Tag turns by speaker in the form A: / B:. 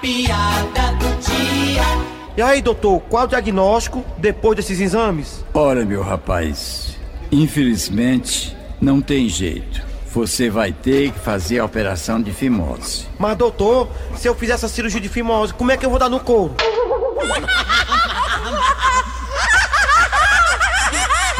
A: piada do dia.
B: E aí, doutor, qual o diagnóstico depois desses exames?
C: Ora, meu rapaz, infelizmente não tem jeito. Você vai ter que fazer a operação de fimose.
B: Mas, doutor, se eu fizer essa cirurgia de fimose, como é que eu vou dar no couro?